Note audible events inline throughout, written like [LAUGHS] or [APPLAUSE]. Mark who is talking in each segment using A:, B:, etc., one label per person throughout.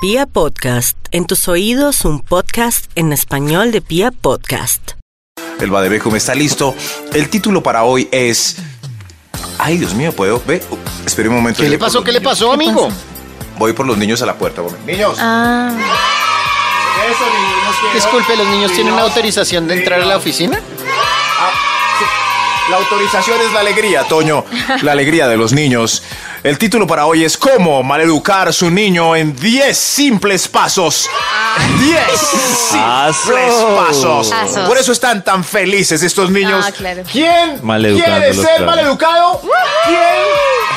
A: Pia Podcast, en tus oídos un podcast en español de Pia Podcast.
B: El Badebecum está listo. El título para hoy es. Ay, Dios mío, puedo. Ve, uh, espere un momento.
C: ¿Qué
B: yo
C: le
B: voy por
C: pasó?
B: los
C: ¿Qué le
B: niños.
C: pasó, amigo?
B: Voy por los niños a la puerta. un momento. Niños.
D: Ah,
B: Eso, niños, que-
C: Disculpe, ¿los niños tienen la
B: Niños.
C: autorización de entrar a la oficina?
B: La autorización es la alegría, Toño. La alegría de los niños. El título para hoy es Cómo maleducar a su niño en 10 simples pasos. 10 simples pasos.
D: Pasos.
B: Por eso están tan felices estos niños.
D: Ah, claro.
B: ¿Quién
E: Maleducándolos,
B: quiere ser
E: claro.
B: maleducado? ¿Quién,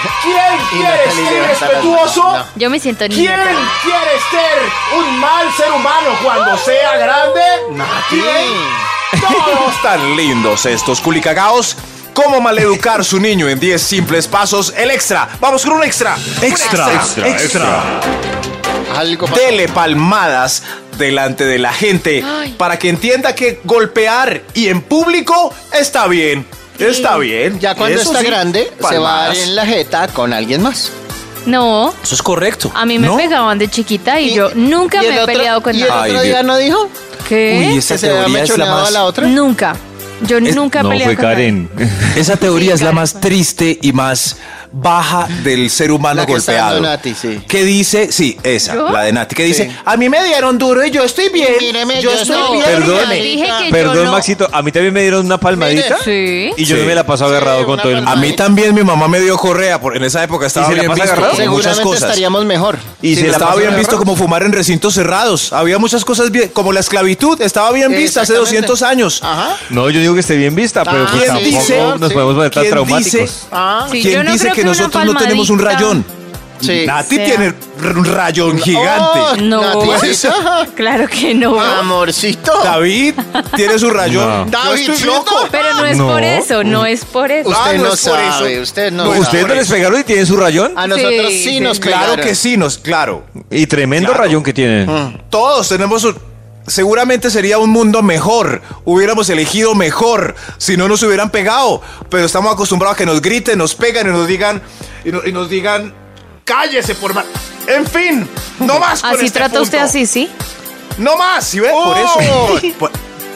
C: Y
B: quién
C: Natalie
B: quiere ser
C: levanta las
B: irrespetuoso?
C: manos.
D: yo me siento niña.
B: ¿Quién quiere ser un mal ser humano cuando sea grande? ¿Quién? Todos tan lindos estos culicagaos. ¿Cómo maleducar su niño en 10 simples pasos? El extra. Vamos con un extra.
E: Extra, extra,
C: Algo pasó.
B: Dele palmadas delante de la gente
D: Ay.
B: para que entienda que golpear y en público está bien. Está bien.
C: Ya cuando
B: Eso
C: está
B: sí,
C: grande, se va a
B: palmadas.
C: dar en la jeta con alguien más.
D: No,
E: Eso es correcto.
D: a mí me
E: ¿No?
D: pegaban de chiquita y, yo nunca
C: y
D: me
C: el
D: he
C: otro-
D: peleado con
C: ¿Y el
D: nadie.
B: Ay,
C: otro
B: Dios.
C: día no dijo
E: Uy,
D: ¿Qué?
E: esa
C: que se había
E: teoría es la
C: mechoneado a
E: más.
C: la otra?
D: Nunca. Yo nunca he
E: no,
D: peleado
E: fue
D: con nadie.
E: Karen. Esa teoría
D: Sí,
E: es la
D: Karen
E: más
D: fue.
E: triste y más baja del ser humano
C: La que está
E: golpeado.
C: dando Nati, sí.
E: ¿Qué dice? Sí, esa,
D: ¿Yo?
E: la de Nati. que dice?
C: Sí.
E: A mí me dieron duro y yo estoy bien.
C: Míreme,
E: yo estoy
C: estoy
E: bien.
C: bien,
E: Perdone.
C: Nati.
D: Dije que yo
E: Perdón,
D: no.
E: Maxito, a mí también me dieron una palmadita
D: Sí.
E: y yo
B: Sí.
E: no me la paso agarrado
C: Sí,
E: con
C: una
E: todo el
B: A
E: mundo.
B: mí también mi mamá me dio correa, porque en esa época estaba
E: se la
B: bien
E: pasa
B: visto
E: agarrado?
B: como muchas
C: Seguramente
B: cosas.
C: estaríamos mejor.
B: Y
E: Sí,
B: se
E: la
B: estaba
E: pasó
B: bien
E: bien
B: visto
E: raro.
B: como fumar en recintos cerrados. Había muchas cosas bien, como la esclavitud, estaba bien vista hace
C: Exactamente.
B: 200 años.
E: Ah,
C: Ajá.
E: No, yo digo que esté bien vista, pero
C: Ah,
E: pues
B: ¿quién
E: tampoco
B: dice?
E: nos
C: Sí.
E: podemos poner tan
B: ¿Quién
E: traumáticos.
B: dice?
C: Ah,
D: Sí,
B: ¿Quién
D: yo no
B: dice
D: creo
B: que,
D: que una
B: nosotros no tenemos un
D: palmadita
B: rayón?
C: sí. Oh,
B: Nati
D: sea.
B: tiene un rayón gigante.
D: No.
C: Naticita.
D: [LAUGHS] Claro que no.
C: Amorcito.
B: David tiene su rayón.
E: No.
B: Yo estoy
C: Davidcito.
B: loco.
D: Pero no es
E: No.
D: por eso, no es por eso.
B: Ah,
C: Usted
B: no
C: no
B: es por eso.
C: sabe, usted no
B: No,
C: sabe.
E: ¿Ustedes no les pegaron y tienen su rayón?
C: A nosotros sí,
D: Sí,
C: nos
D: sí.
B: Claro
C: pegaron.
B: que sí, nos, claro.
E: Y tremendo
B: Claro. Mm,
E: rayón que tienen.
B: Todos tenemos un- Seguramente sería un mundo mejor, hubiéramos elegido mejor, si no nos hubieran pegado. Pero estamos acostumbrados a que nos griten, nos pegan y nos digan, y, no- y nos digan, cállese por mal. En fin, no más. con
D: Así
B: este
D: trata usted
B: punto.
D: así, ¿sí?
B: No más, ¿sí ve? Por eso. Por-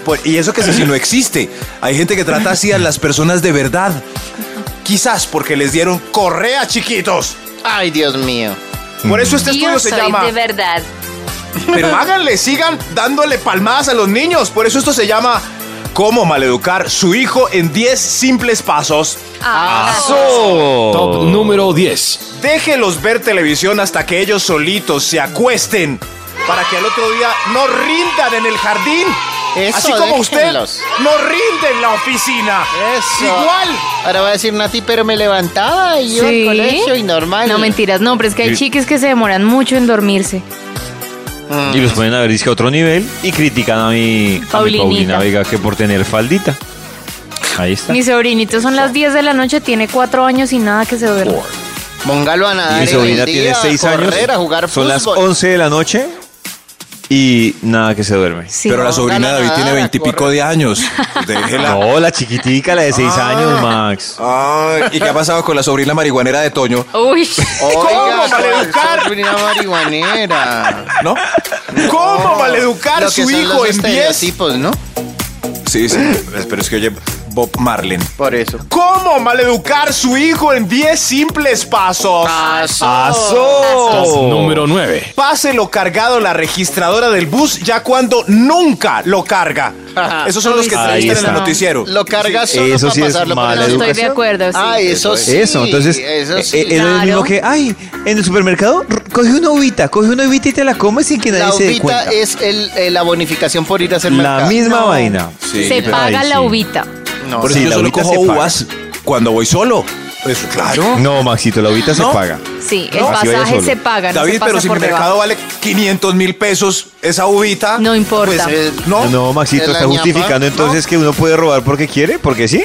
B: por- y eso que si no existe. Hay gente que trata así a las personas de verdad. Quizás porque les dieron correa, chiquitos.
C: Ay, Dios mío.
B: Por eso este estudio
D: Yo
B: se
D: soy
B: llama.
D: de verdad.
B: Pero háganle, sigan dándole palmadas a los niños. Por eso esto se llama Cómo maleducar su hijo en 10 simples pasos.
D: Ah.
E: Top número 10.
B: Déjelos ver televisión hasta que ellos solitos se acuesten. Para que al otro día no rindan en el jardín.
C: Eso,
B: Así como usted
C: déjenlos.
B: no rinde en la oficina.
C: Eso.
B: Igual.
C: Ahora va a decir Nati, pero me levantaba y iba
D: Sí.
C: al colegio y normal.
D: No, mentiras, no, pero es que hay
E: Y-
D: chiques que se demoran mucho en dormirse.
E: Y los ponen a ver disque a otro nivel y critican a mi, a mi
D: Paulinita.
E: Paulina Vega que por tener faldita. Ahí está.
D: Mi sobrinito son las 10 de la noche, tiene 4 años y nada que se duerma.
C: Póngalo a
E: Y
C: nadar.
E: mi
C: en
E: sobrina
C: el
E: tiene
C: día,
E: 6
C: a
E: años.
C: correr, a jugar
E: Son las
C: fútbol.
E: 11 de la noche y nada que se duerme.
D: Sí.
B: Pero la sobrina de David
C: Gana
B: tiene
C: nada,
B: veintipico
C: corre.
B: de años. Déjela.
E: No, la chiquitica, la de 6
B: Ah.
E: años, Max.
B: Ay, ¿Y qué ha pasado con la sobrina marihuanera de Toño?
D: Uy,
C: Oiga,
B: ¿Cómo maleducar?
C: sobrina marihuanera.
B: ¿No? ¿Cómo maleducar
C: Lo
B: a
C: que
B: su
C: son
B: hijo
C: los
B: en 10?
C: estereotipos, ¿no?
B: Sí, sí. Pero es que oye Bob Marlen.
C: Por eso.
B: ¿Cómo maleducar su hijo en 10 simples pasos?
E: ¡Aso! Número 9.
B: Páselo cargado la registradora del bus ya cuando nunca lo carga. Esos son los que
D: Ahí
B: entrevistan en el
D: está.
B: noticiero.
C: Lo cargas solo
E: Eso
C: para
E: sí es
C: pasarlo por
E: mala
D: no
C: la
D: estoy
E: educación.
D: de acuerdo, sí.
C: Ah, eso sí.
E: Eso, entonces.
C: Eso
E: eh,
C: sí.
E: eh, es lo
D: Claro.
E: mismo que, ay, en el supermercado, r- coge una uvita, coge una uvita y te la comes sin que nadie
C: la
E: se dé
C: uvita
E: cuenta.
C: es el, eh, la bonificación por ir a hacer
E: la
C: mercado.
E: misma
D: No.
E: vaina.
B: Sí,
D: se
E: pero-
D: paga
E: Ay,
D: la
E: sí.
D: uvita.
C: No,
B: eh, Por eso
E: Sí,
B: yo
E: la
B: solo
E: ahorita
B: cojo
E: se paga.
B: uvas cuando voy solo. Eso, claro.
E: No, Maxito, la uvita se paga.
D: Sí, el
E: No, así vaya
D: pasaje
E: solo.
D: se paga. no se
B: David,
D: pasa
B: pero si mi
D: por debajo.
B: mercado vale 500 mil pesos, esa uvita.
D: No importa.
C: Pues, eh,
B: No.
E: No, Maxito,
C: ¿Es la
E: está
C: ñapa?
E: justificando entonces que uno puede robar porque quiere, porque sí.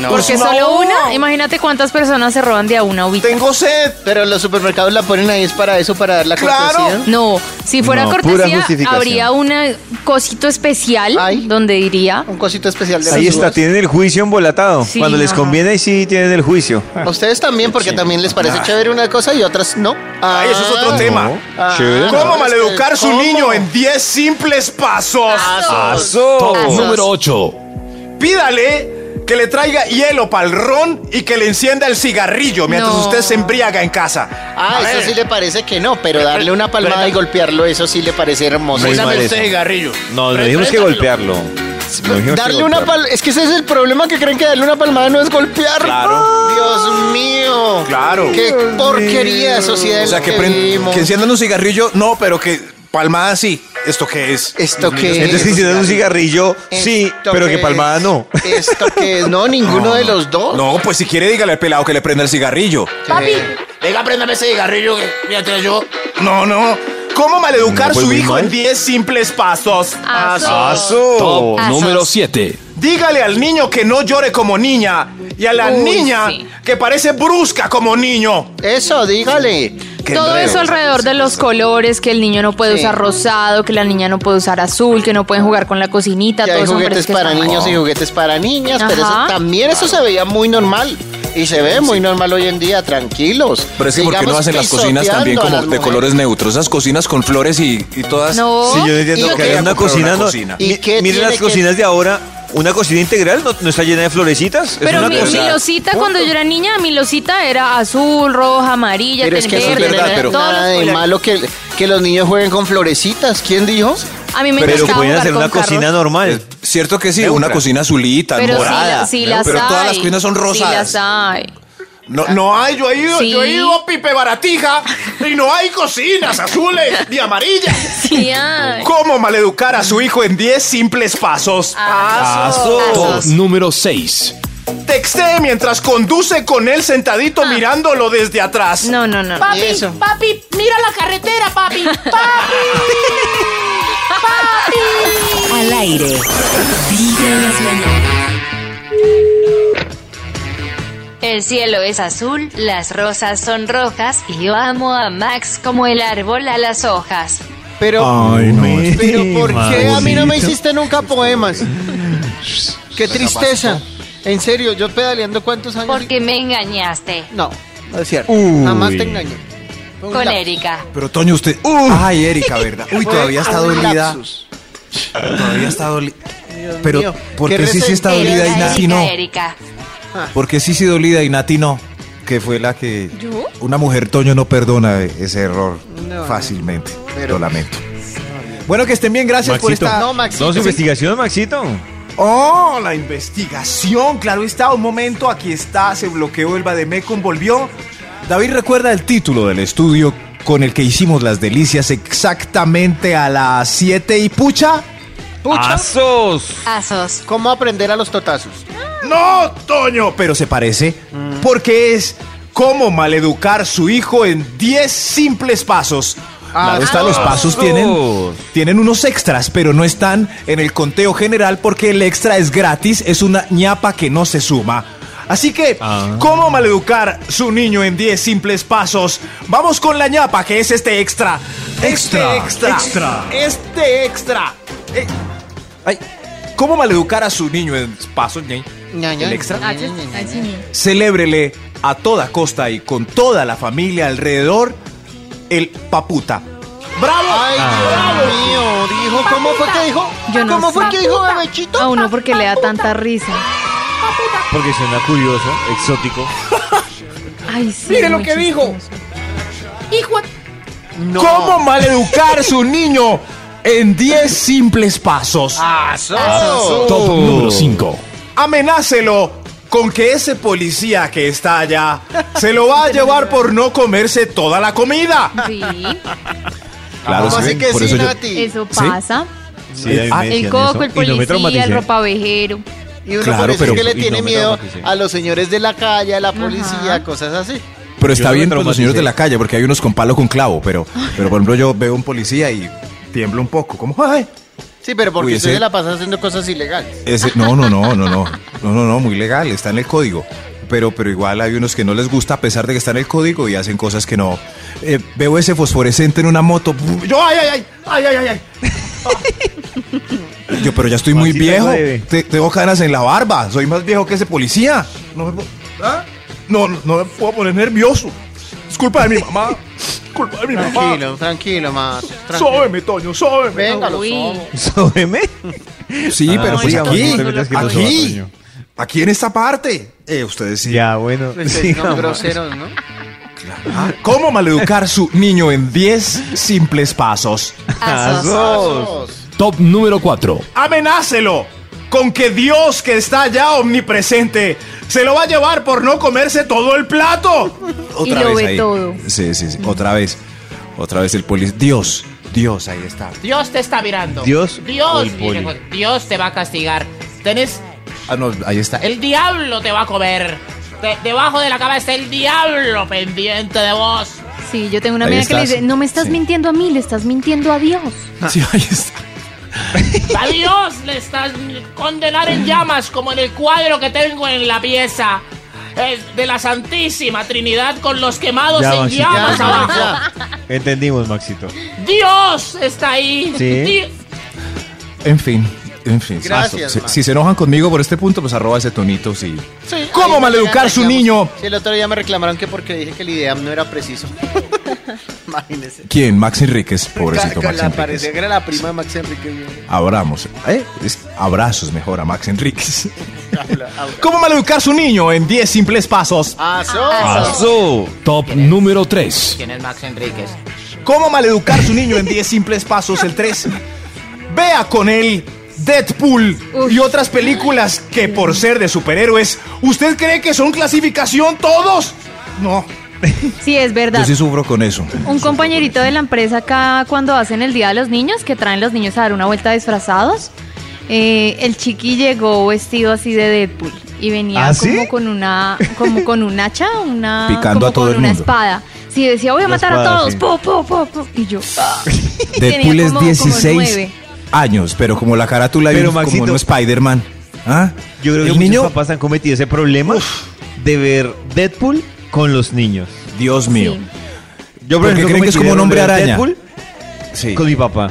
C: No.
D: Porque
B: Pues una
D: solo
B: uva.
D: una, imagínate cuántas personas se roban de a una uvita.
B: Tengo sed.
C: Pero los supermercados la ponen ahí es para eso, para dar la
B: Claro.
C: cortesía.
D: No, si fuera
E: No, pura
D: cortesía,
E: justificación.
D: habría un cosito especial
C: Ay.
D: donde diría.
C: Un cosito especial de
E: Ahí
C: las
E: está,
C: uvas.
E: tienen el juicio embolatado.
D: Sí,
E: Cuando les
D: ajá.
E: conviene, ahí sí tienen el juicio.
C: A ustedes también, porque también les parece chévere una cosa y otras no.
B: Ay, eso es otro
C: Ah.
B: tema.
C: Ah.
E: Chévere.
B: ¿Cómo maleducar su
C: ¿Cómo?
B: niño en 10 simples pasos?
D: Pasos.
F: Número 8.
B: Pídale que le traiga hielo para el ron y que le encienda el cigarrillo mientras
D: No.
B: usted se embriaga en casa.
C: Ah, eso sí le parece que no, pero darle una palmada y golpearlo, eso sí le parece hermoso.
E: Muy mal eso.
B: cigarrillo.
E: No, no dijimos que golpearlo. No dijimos que
C: Darle una
E: golpearlo.
C: palmada, es que ese es el problema que creen que darle una palmada no es golpear.
B: Claro.
C: Dios mío.
B: Claro.
C: Qué porquería de sociedad.
B: O sea,
C: en la
B: que, pren-
C: vivimos.
B: que enciendan un cigarrillo, no, pero que palmada sí. ¿Esto qué es?
C: Esto que
E: Entonces, que si no es un cigarrillo, sí,
C: Esto
E: pero que
C: que-
E: palmada no.
C: [LAUGHS] Esto que no, ninguno de los dos.
B: No, pues si quiere, dígale al pelado que le prenda el cigarrillo.
C: Papi.
B: Venga, préndame ese cigarrillo que mientras yo. No, no. ¿Cómo maleducar
E: No, pues,
B: su
E: muy
B: hijo
E: mal.
B: en 10 simples pasos?
E: Paso.
F: Top número 7.
B: Dígale al niño que no llore como niña y a la
D: Uy,
B: niña
D: sí.
B: que parece brusca como niño.
C: Eso, dígale.
D: Todo eso alrededor de los colores, que el niño no puede
C: Sí.
D: usar rosado, que la niña no puede usar azul, que no pueden jugar con la cocinita,
C: Que hay
D: todos son
C: juguetes
D: fresques
C: para
D: también.
C: niños y juguetes para niñas, pero eso
D: Ajá.
C: también eso se veía muy normal. Y se ve muy normal hoy en día, tranquilos.
B: Pero es que, ¿por qué
C: Sigamos
B: no hacen las cocinas
C: pisoteando
B: también
C: a
B: como
C: las
B: de
C: mujeres.
B: colores neutros? Esas cocinas con flores y, y todas.
D: No.
E: Sí, yo no
C: ¿Y
E: entiendo que
C: qué?
E: haya una
B: Comprar una
E: cocina. no-
B: cocina.
C: ¿Y
E: Mi-
C: qué
E: Miren las
C: tiene que-
E: cocinas de ahora. Una cocina integral no, no está llena de florecitas. Es
D: Pero
E: una
D: mi,
E: cosa.
D: mi losita, cuando yo era niña, mi losita era azul, roja, amarilla,
C: Pero es que eso es
D: verde,
C: verdad, pero
D: todos
C: nada
D: los
C: de
D: colores.
C: malo que, que los niños jueguen con florecitas. ¿Quién dijo?
D: A mí me
E: Pero
D: encantaba
E: pueden
D: jugar
E: hacer
D: con
E: una
D: carros.
E: cocina normal.
B: Cierto que sí,
E: Neutra.
B: una cocina azulita,
D: Pero sí,
B: morada.
D: sí
B: ¿no?
D: las
B: pero todas
D: hay,
B: las cocinas son
D: sí
B: rosadas.
D: las hay. [LAUGHS]
B: no, no hay, yo he ido, yo he
D: Sí.
B: ido a Pipe Baratija y no hay cocinas azules ni amarillas.
D: Sí hay.
B: ¿Cómo maleducar a su hijo en 10 simples pasos?
F: Top número 6.
B: Textee mientras conduce con él sentadito mirándolo desde atrás.
D: Ah. No, no, no.
G: Papi,
C: Eso.
G: papi, mira la carretera, papi. Papi. Papi.
A: Al aire. Vibra en las mañanas.
H: El cielo es azul, las rosas son rojas y yo amo a Max como el árbol a las hojas.
C: Pero,
E: no.
C: pero ¿por qué a mí no me hiciste nunca poemas? Qué tristeza. En serio, yo pedaleando cuántos años.
H: Porque me engañaste
C: No, no es cierto.
E: Uy.
C: Jamás te engañé. Fue un
H: con
C: lapsus.
H: Erika.
B: Pero Toño, usted. Ay, Erika, ¿verdad?
C: [LAUGHS]
B: Uy,
C: Fue
B: todavía está
C: un
B: dolida.
C: lapsus.
B: Todavía está dolida.
C: mío,
B: Pero, ¿por
C: qué
B: qué sí sí está
C: resentida.
B: dolida y
H: Erika,
B: Nati
H: Erika,
B: no?
H: Erika.
B: ¿Por qué sí sí dolida y Nati no? Que fue la que. Una mujer Toño no perdona ese error
C: No,
B: fácilmente.
C: pero-
B: Lo lamento. Bueno, que estén bien, gracias por
E: Maxito.
B: esta.
C: No, Maxito.
E: No, su investigación, Maxito.
B: Oh, la investigación, claro está, un momento, aquí está, se bloqueó el Bademecum, volvió. David recuerda el título del estudio con el que hicimos las delicias exactamente a las 7 y pucha.
C: Pucha,
E: ¡Asos!
H: Asos.
C: ¿Cómo aprender a los totazos?
B: No, Toño, pero se parece, porque es cómo maleducar su hijo en 10 simples pasos. Ah, Claro está, los pasos tienen, tienen unos extras, pero no están en el conteo general porque el extra es gratis, es una ñapa que no se suma. Así que, ¿cómo maleducar su niño en 10 simples pasos? Vamos con la ñapa, que es este extra. Extra, extra, extra. Este extra. Eh, ay, ¿Cómo maleducar a su niño en pasos, ñe?
C: Ña, ña,
B: ¿El extra?
C: ña, ña, ña,
D: Ah,
C: ña, ña.
B: Celébrele a toda costa y con toda la familia alrededor el paputa. ¡Bravo!
C: Ay, Dios mío, dijo, ¿cómo fue que dijo?
D: Ah. Yo no
C: ¿Cómo
D: sé.
C: fue que dijo bebechito?
D: A uno porque le da tanta risa.
E: Porque suena curioso, exótico.
D: Ay, sí.
C: Mire
D: es
C: lo
D: muy
C: que dijo.
D: chistoso.
G: Hijo.
C: No.
B: ¿Cómo maleducar a su niño en 10 simples pasos?
E: Ah.
C: Aso.
E: Oh.
F: Top número 5.
B: Amenácelo con que ese policía que está allá se lo va a llevar por no comerse toda la comida.
D: Sí,
C: ¿Cómo
B: sí,
C: así que
B: por
C: sí,
B: eso yo-
C: Nati?
D: eso pasa.
E: Sí, ahí
B: Ah,
E: me
D: El
E: decían
D: coco,
E: eso.
D: el
E: Y no me
D: policía, el
E: traumaticé.
D: ropavejero.
C: Y uno
B: Claro,
C: por eso
B: pero-
C: es que le
E: y no
C: tiene
E: me
C: miedo
E: traumaticé.
C: a los señores de la calle, a la policía,
D: Ajá.
C: cosas así.
B: Pero
E: Yo
B: está
E: no me
B: bien para los señores
E: traumaticé.
B: de la calle, porque hay unos con palo con clavo, pero, pero por ejemplo yo veo un policía y tiemblo un poco, como, ay,
C: Sí, pero porque
B: Uy,
C: usted
B: ese-
C: se la pasa haciendo cosas ilegales.
B: Ese- no, no, no, no, no, no, no, no, muy legal, está en el código. Pero, pero igual hay unos que no les gusta a pesar de que está en el código y hacen cosas que no. Eh, veo ese fosforescente en una moto. Yo, ay, ay, ay, ay, ay, ay, ay. Ah. Yo, pero ya estoy muy
E: Maxito
B: viejo.
E: nueve.
B: Te- tengo canas en la barba. Soy más viejo que ese policía. No me, puedo- ¿Ah? no, no, no me puedo poner nervioso. Es culpa de mi mamá. Es culpa de mi mamá.
C: Tranquilo, tranquilo, Max. tranquilo.
B: Sóbeme, Toño, sóbeme.
C: Ah. Venga, lo
D: Uy.
C: sobo.
E: ¿Sóbeme?
B: Sí,
E: Ah,
B: pero pues
E: sigamos,
B: aquí,
E: no te metas que no se
B: aquí,
E: va, Toño.
B: aquí en esta parte. Eh, ustedes sí.
E: Ya, bueno.
C: Pues, eh, no,
E: sigamos.
C: groseros, ¿no?
B: Ah, ¿Cómo maleducar su niño en 10 simples pasos?
H: Asos.
C: Groseros.
F: Top número 4.
B: Amenácelo con que Dios que está ya omnipresente se lo va a llevar por no comerse todo el plato.
D: Y lo ve todo.
B: Sí, sí, sí. Otra vez. Otra vez el policía. Dios, Dios, ahí está.
G: Dios te está mirando.
E: Dios o
G: Dios,
E: el poli.
G: mire, Dios te va a castigar. Tenés,
B: Ah, no, ahí está.
G: el diablo te va a comer. De- debajo de la cama está el diablo pendiente de vos.
D: Sí, yo tengo una
B: Ahí
D: amiga que le
B: estás.
D: dice, no me estás
B: Sí.
D: mintiendo a mí, le estás mintiendo a Dios.
B: Sí, ahí está.
G: A Dios le estás condenar en llamas como en el cuadro que tengo en la pieza. eh, de la Santísima Trinidad con los quemados
E: Ya,
G: en
E: Maxi, ya,
G: llamas
E: ya,
G: abajo.
D: Ah.
E: Entendimos, Maxito.
G: Dios está ahí.
E: Sí.
G: Di-
B: En fin, en fin.
C: Gracias,
B: Si,
C: Max.
B: si se enojan conmigo por este punto, pues arroba ese tonito, sí.
C: Sí,
B: ¿Cómo
C: ahí
B: maleducar
C: me
B: su
C: reclamó.
B: niño?
C: Sí, el otro día me reclamaron que porque dije que el IDEAM no era preciso.
B: [LAUGHS]
C: Imagínese.
B: ¿Quién? Max Enríquez, pobrecito
C: Con- con
B: Max
C: la
B: Enríquez.
C: parecía que era la prima de Max Enrique.
B: Abramos. ¿eh? Es- abrazos mejor a Max Enríquez.
C: [LAUGHS] Habla, habla.
B: ¿Cómo maleducar a su niño en 10 simples pasos?
C: Ah,
D: Ah,
C: Aso.
B: Ah,
E: Pasó.
F: Top número 3.
G: ¿Quién es Max Enríquez?
B: ¿Cómo maleducar a su niño en 10 simples pasos? El 3. Vea con él Deadpool y otras películas que por ser de superhéroes, ¿usted cree que son clasificación todos? No.
D: Sí, es verdad.
B: sufro con [LAUGHS] eso.
D: Un compañerito de la empresa acá cuando hacen el Día de los Niños, que traen los niños a dar una vuelta disfrazados, eh, el chiqui llegó vestido así de Deadpool y venía
E: ¿Ah, sí?
D: como con una como con un hacha, una
B: Picando
D: como
B: a todo
D: con
B: el
D: una
B: mundo.
D: espada. Sí, decía, voy
E: La
D: a matar
E: espada,
D: a todos.
E: sí.
D: pu, pu, pu, pu. Y yo, ah. Tenía como- como nueve.
B: años, pero como la carátula
E: Pero, Maxito-
B: Spider-Man. ¿Ah?
E: Yo creo que
B: el
E: muchos
B: niño,
E: papás han cometido ese problema de ver Deadpool con los niños.
B: Dios mío.
E: Yo,
B: Porque creen que es como un hombre
E: ver
B: araña.
E: Deadpool
B: Sí.
E: con mi papá.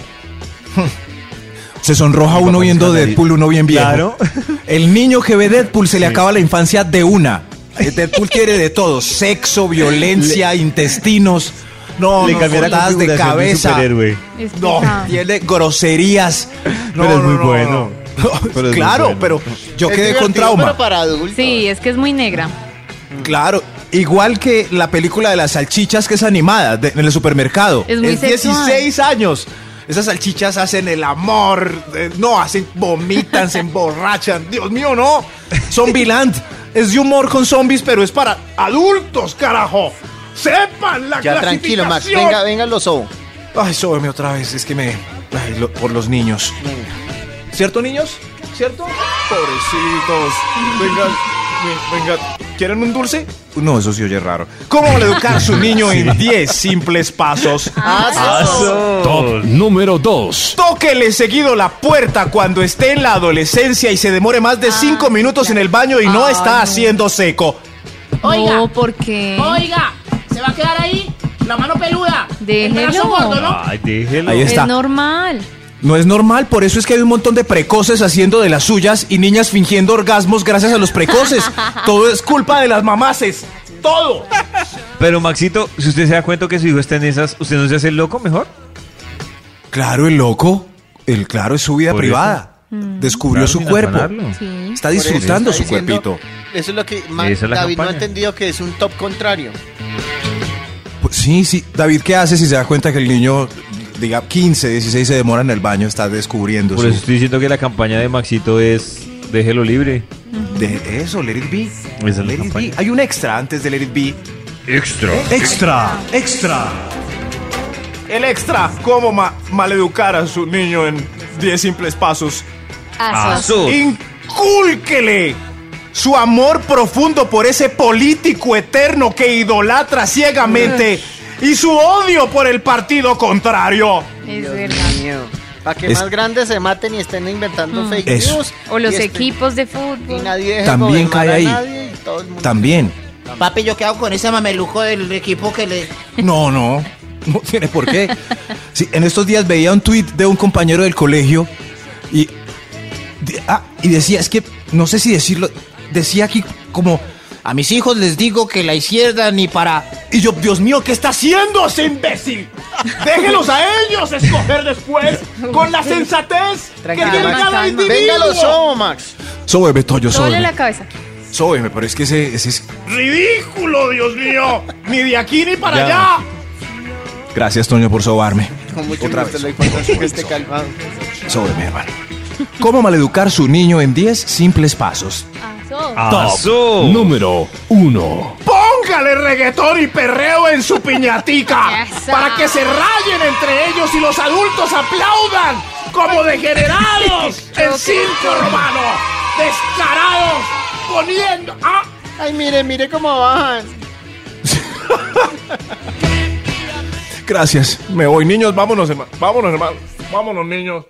B: Se sonroja
E: Mi
B: uno
E: papá
B: viendo
E: buscando
B: Deadpool,
E: ahí.
B: uno bien viejo.
E: Claro.
B: [LAUGHS] El niño que ve Deadpool se le acaba la infancia de una. Eh, Deadpool quiere de todo: sexo,
E: [LAUGHS]
B: violencia, intestinos. No,
E: Le
B: no,
E: cambié la
B: cortadas de
E: configuración del
B: cabeza.
E: superhéroe.
D: Es
B: No,
C: Ah.
D: pesado.
B: tiene groserías. No,
E: Pero
B: no,
E: es muy
B: no, [LAUGHS]
E: bueno.
B: no.
E: Pero es muy
B: claro,
E: bueno.
B: pero yo
C: Es
B: quedé
C: divertido,
B: con trauma.
C: Pero para adultos.
D: Sí, es que es muy negra. Mm.
B: Claro, igual que la película de las salchichas que es animada de- en el supermercado.
D: Es muy sexual.
B: 16 años. Esas salchichas hacen el amor, eh, no, hacen, vomitan, se emborrachan. Dios mío, no. Zombieland [LAUGHS] es de humor con zombies, pero es para adultos, carajo. Sepan la
C: Ya tranquilo, Max. Venga, venga, lo sobo.
B: Ay, sóbeme otra vez, es que me... ay, lo- por los niños. ¿Cierto, niños? ¿Cierto? Pobrecitos. Venga, ve- venga. ¿Quieren un dulce? No, eso sí oye raro. ¿Cómo educar a su [LAUGHS] niño en 10 simples pasos?
C: Ah,
F: Top número 2.
B: Tóquele seguido la puerta cuando esté en la adolescencia y se demore más de 5 minutos en el baño y no
D: Ah, Ay,
B: está
D: no.
B: haciendo seco.
G: Oiga.
D: No, porque...
G: Oiga, se va a quedar ahí la mano peluda. el brazo
D: Déjelo.
G: gordo, ¿no?
E: déjelo.
B: Ahí está.
D: Es normal.
B: No es normal, por eso es que hay un montón de precoces haciendo de las suyas y niñas fingiendo orgasmos gracias a los
C: [LAUGHS]
B: precoces. Todo es culpa de las mamaces. Todo.
E: Pero Maxito, si usted se da cuenta que su hijo está en esas, ¿usted no se hace el loco mejor?
B: Claro, el loco. El claro es su vida
E: Por
B: privada. Descubrió
E: Claro,
B: su
E: sin
B: cuerpo.
E: afanarlo.
D: Sí.
B: Está
C: Mm. Por eso
B: disfrutando su
C: está diciendo-
B: cuerpito.
C: Eso es lo que Max-
E: Esa es la
C: David no ha
E: campaña.
C: entendido que es un top contrario.
B: Pues Sí, sí. David, ¿qué hace si se da cuenta que el niño, diga, 15, 16 se demora en el baño? Está descubriendo
E: Por
B: su-
E: eso estoy diciendo que la campaña de Maxito es déjelo libre.
B: De eso, Let It Be.
E: Esa es la
B: Let It
E: campaña.
B: Be. Hay un extra antes de Let It Be.
E: Extra.
B: Extra, extra. El extra, cómo ma- maleducar a su niño en 10 simples pasos.
H: Asos.
B: Incúlquele su amor profundo por ese político eterno que idolatra ciegamente y su odio por el partido contrario.
D: Es verdad. Mm.
C: Para que
E: Es-
C: más grandes se maten y estén inventando fake
E: Eso.
C: news.
D: O los
C: y estén-
D: equipos de
C: Y
D: fútbol.
C: nadie deje
E: También
C: gobernar
E: cae
C: a
E: ahí.
C: nadie y todo el mundo-
E: También.
I: Papi, ¿yo qué hago con ese mameluco del equipo que le...
B: No, no. No tiene por qué. Sí, en estos días veía un tuit de un compañero del colegio y, de- ah, y decía, es que no sé si decirlo, decía aquí como,
I: A mis hijos les digo que la izquierda ni para...
B: y yo, Dios mío, ¿qué está haciendo ese
G: imbécil! ¡Déjenlos a ellos escoger después! ¡Con la sensatez que
C: Tranquilo,
G: tiene
C: Max.
G: cada
D: Calma.
G: individuo!
C: Venga los somos, Max.
B: Sóbeme, Toyo,
D: Doble
B: sóbeme.
D: la cabeza.
B: Sóbeme, pero es que ese, ese es...
G: ¡Ridículo, Dios
B: [LAUGHS]
G: mío! ¡Ni de aquí ni para
B: Ya.
G: allá!
B: Gracias, Toño, por sobarme.
C: Con mucho
B: Otra
C: gusto
B: vez.
C: lo importante es que esté calmado.
B: Sóbeme, hermano. ¿Cómo maleducar su niño en 10 simples pasos?
C: Ah,
F: Top número 1.
G: Póngale reggaetón y perreo en su piñatica
D: Eso.
G: para que se rayen entre ellos y los adultos aplaudan como degenerados en circo romano, descarados, poniendo. ¡Ah!
C: Ay, mire, mire cómo bajan.
B: Gracias. Me voy, niños, vámonos, hermano.
G: Vámonos, hermano. Vámonos, niños.